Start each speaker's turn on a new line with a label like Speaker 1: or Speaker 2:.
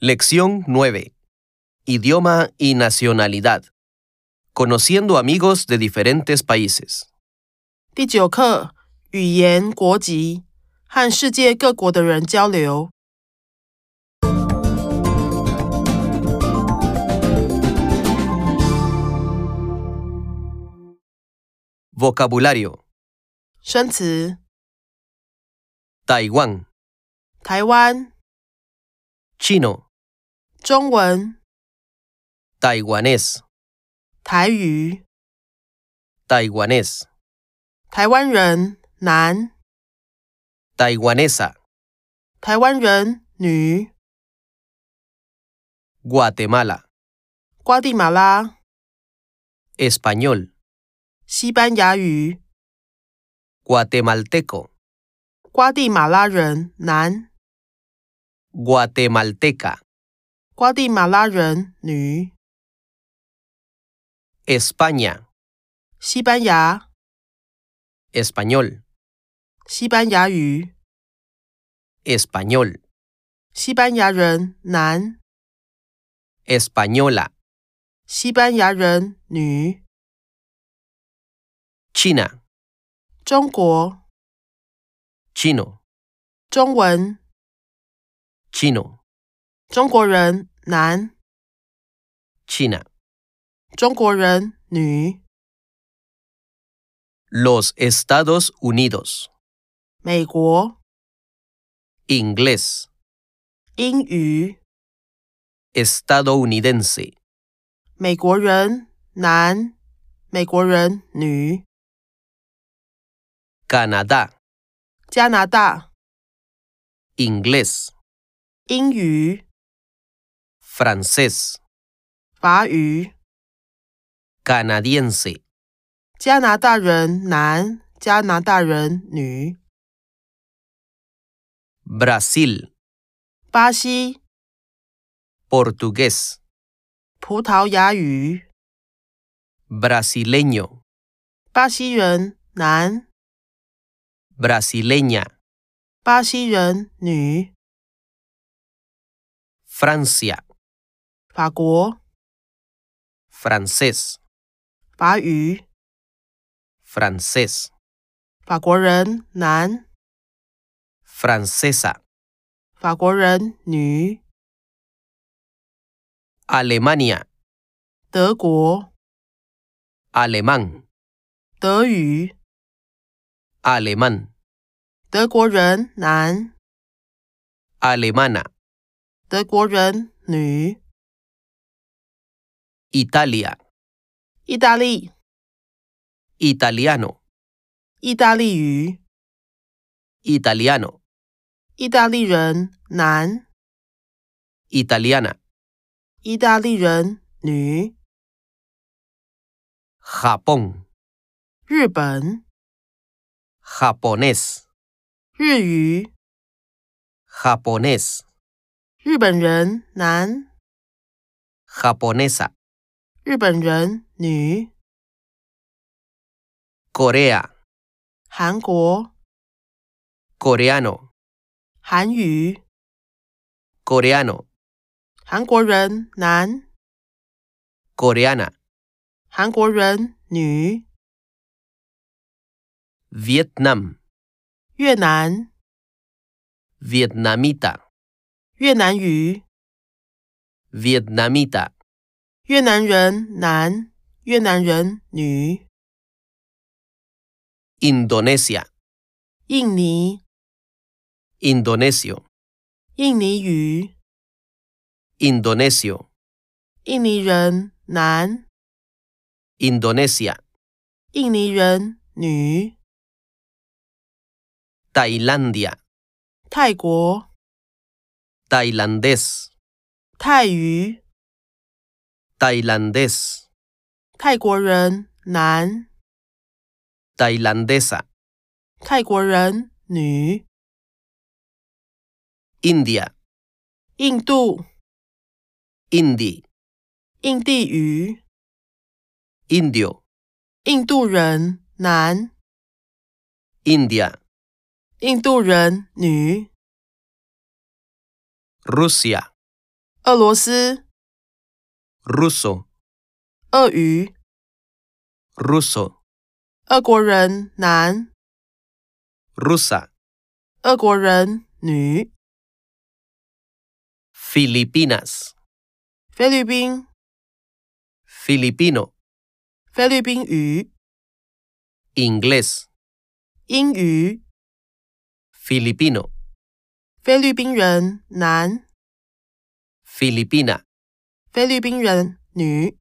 Speaker 1: Lección 9. Idioma y nacionalidad. Conociendo amigos de diferentes países.
Speaker 2: 第九课：语言、国籍和世界各国的人交流。
Speaker 1: Vocabulario.
Speaker 2: 生词：
Speaker 1: Taiwán.
Speaker 2: 台湾、
Speaker 1: Chino.
Speaker 2: 中文、
Speaker 1: Taiwanés.
Speaker 2: 台语、
Speaker 1: Taiwanés.
Speaker 2: 台湾人男、
Speaker 1: Taiwanesa.
Speaker 2: 台湾人女、
Speaker 1: Guatemala.
Speaker 2: 瓜地马拉、
Speaker 1: Español.
Speaker 2: 西班牙语、
Speaker 1: Guatemalteco.
Speaker 2: 瓜地马拉人男、
Speaker 1: Guatemalteca.
Speaker 2: 瓜地马拉人女、
Speaker 1: España.
Speaker 2: 西班牙、
Speaker 1: Español.
Speaker 2: 西班牙语、
Speaker 1: Español.
Speaker 2: 西班牙人男、
Speaker 1: Española.
Speaker 2: 西班牙人女、
Speaker 1: China.
Speaker 2: 中国、
Speaker 1: Chino.
Speaker 2: 中文、
Speaker 1: Chino.
Speaker 2: 中国人男、
Speaker 1: China.
Speaker 2: 中国人女、
Speaker 1: Los Estados Unidos.
Speaker 2: 美国、
Speaker 1: Inglés.
Speaker 2: 英语、
Speaker 1: Estadounidense.
Speaker 2: 美国人男、美国人女、
Speaker 1: Canadá.
Speaker 2: 加拿大、
Speaker 1: Inglés.
Speaker 2: 英语、
Speaker 1: Francés.
Speaker 2: 法语、
Speaker 1: Canadiense.
Speaker 2: 加拿大人男、加拿大人女、
Speaker 1: Brasil.
Speaker 2: 巴西、
Speaker 1: Portugués.
Speaker 2: 葡萄牙语、
Speaker 1: Brasileño.
Speaker 2: 巴西人男、
Speaker 1: Brasileña.
Speaker 2: 巴西人女、
Speaker 1: Francia.
Speaker 2: 法国、
Speaker 1: Francés.
Speaker 2: 法语、
Speaker 1: Francés.
Speaker 2: 法国人男、
Speaker 1: Francesa.
Speaker 2: 法国人女、
Speaker 1: Alemania.
Speaker 2: 德国、
Speaker 1: Alemán.
Speaker 2: 德语、
Speaker 1: Alemán.
Speaker 2: 德国人男、
Speaker 1: Alemana.
Speaker 2: 德国人女、
Speaker 1: Italia.
Speaker 2: 意大利、
Speaker 1: Italiano.
Speaker 2: 意大利语、
Speaker 1: Italiano.
Speaker 2: 意大利人男、
Speaker 1: Italiana.
Speaker 2: 意大利人女、
Speaker 1: Japón.
Speaker 2: 日本、
Speaker 1: Japonés.
Speaker 2: 日语、
Speaker 1: Japonés.
Speaker 2: 日本人男、
Speaker 1: Japonesa.
Speaker 2: 日本人女、
Speaker 1: Corea.
Speaker 2: 韩国、
Speaker 1: Coreano.
Speaker 2: 韩语、
Speaker 1: Coreano.
Speaker 2: 韩国人男、
Speaker 1: Coreana.
Speaker 2: 韩国人女、
Speaker 1: Vietnam.
Speaker 2: 越南、
Speaker 1: Vietnamita.
Speaker 2: 越南语。
Speaker 1: Vietnamita.
Speaker 2: 越南人男，越南人女，
Speaker 1: Indonesia.
Speaker 2: 印尼，
Speaker 1: Indonesio.
Speaker 2: 印尼语，
Speaker 1: Indonesio.
Speaker 2: 印尼人男，
Speaker 1: Indonesia.
Speaker 2: 印尼人女，
Speaker 1: Tailandia.
Speaker 2: 泰国，
Speaker 1: Tailandés.
Speaker 2: 泰语，
Speaker 1: Tailandés.
Speaker 2: 泰国人男，
Speaker 1: Tailandesa.
Speaker 2: 泰国人女，
Speaker 1: India.
Speaker 2: 印度，
Speaker 1: Indi.
Speaker 2: 印地语，
Speaker 1: Indio.
Speaker 2: 印度人男，
Speaker 1: India.
Speaker 2: 印度人女，
Speaker 1: Rusia.
Speaker 2: 俄罗斯、
Speaker 1: ruso,
Speaker 2: 鳄鱼、
Speaker 1: ruso,
Speaker 2: 俄国人男、
Speaker 1: rusa,
Speaker 2: 俄国人女、
Speaker 1: Filipinas,
Speaker 2: 菲律宾、
Speaker 1: filipino,
Speaker 2: 菲律宾语、
Speaker 1: inglés,
Speaker 2: 英语、
Speaker 1: filipino,
Speaker 2: 菲律宾人男、
Speaker 1: filipina.
Speaker 2: 菲律宾人女。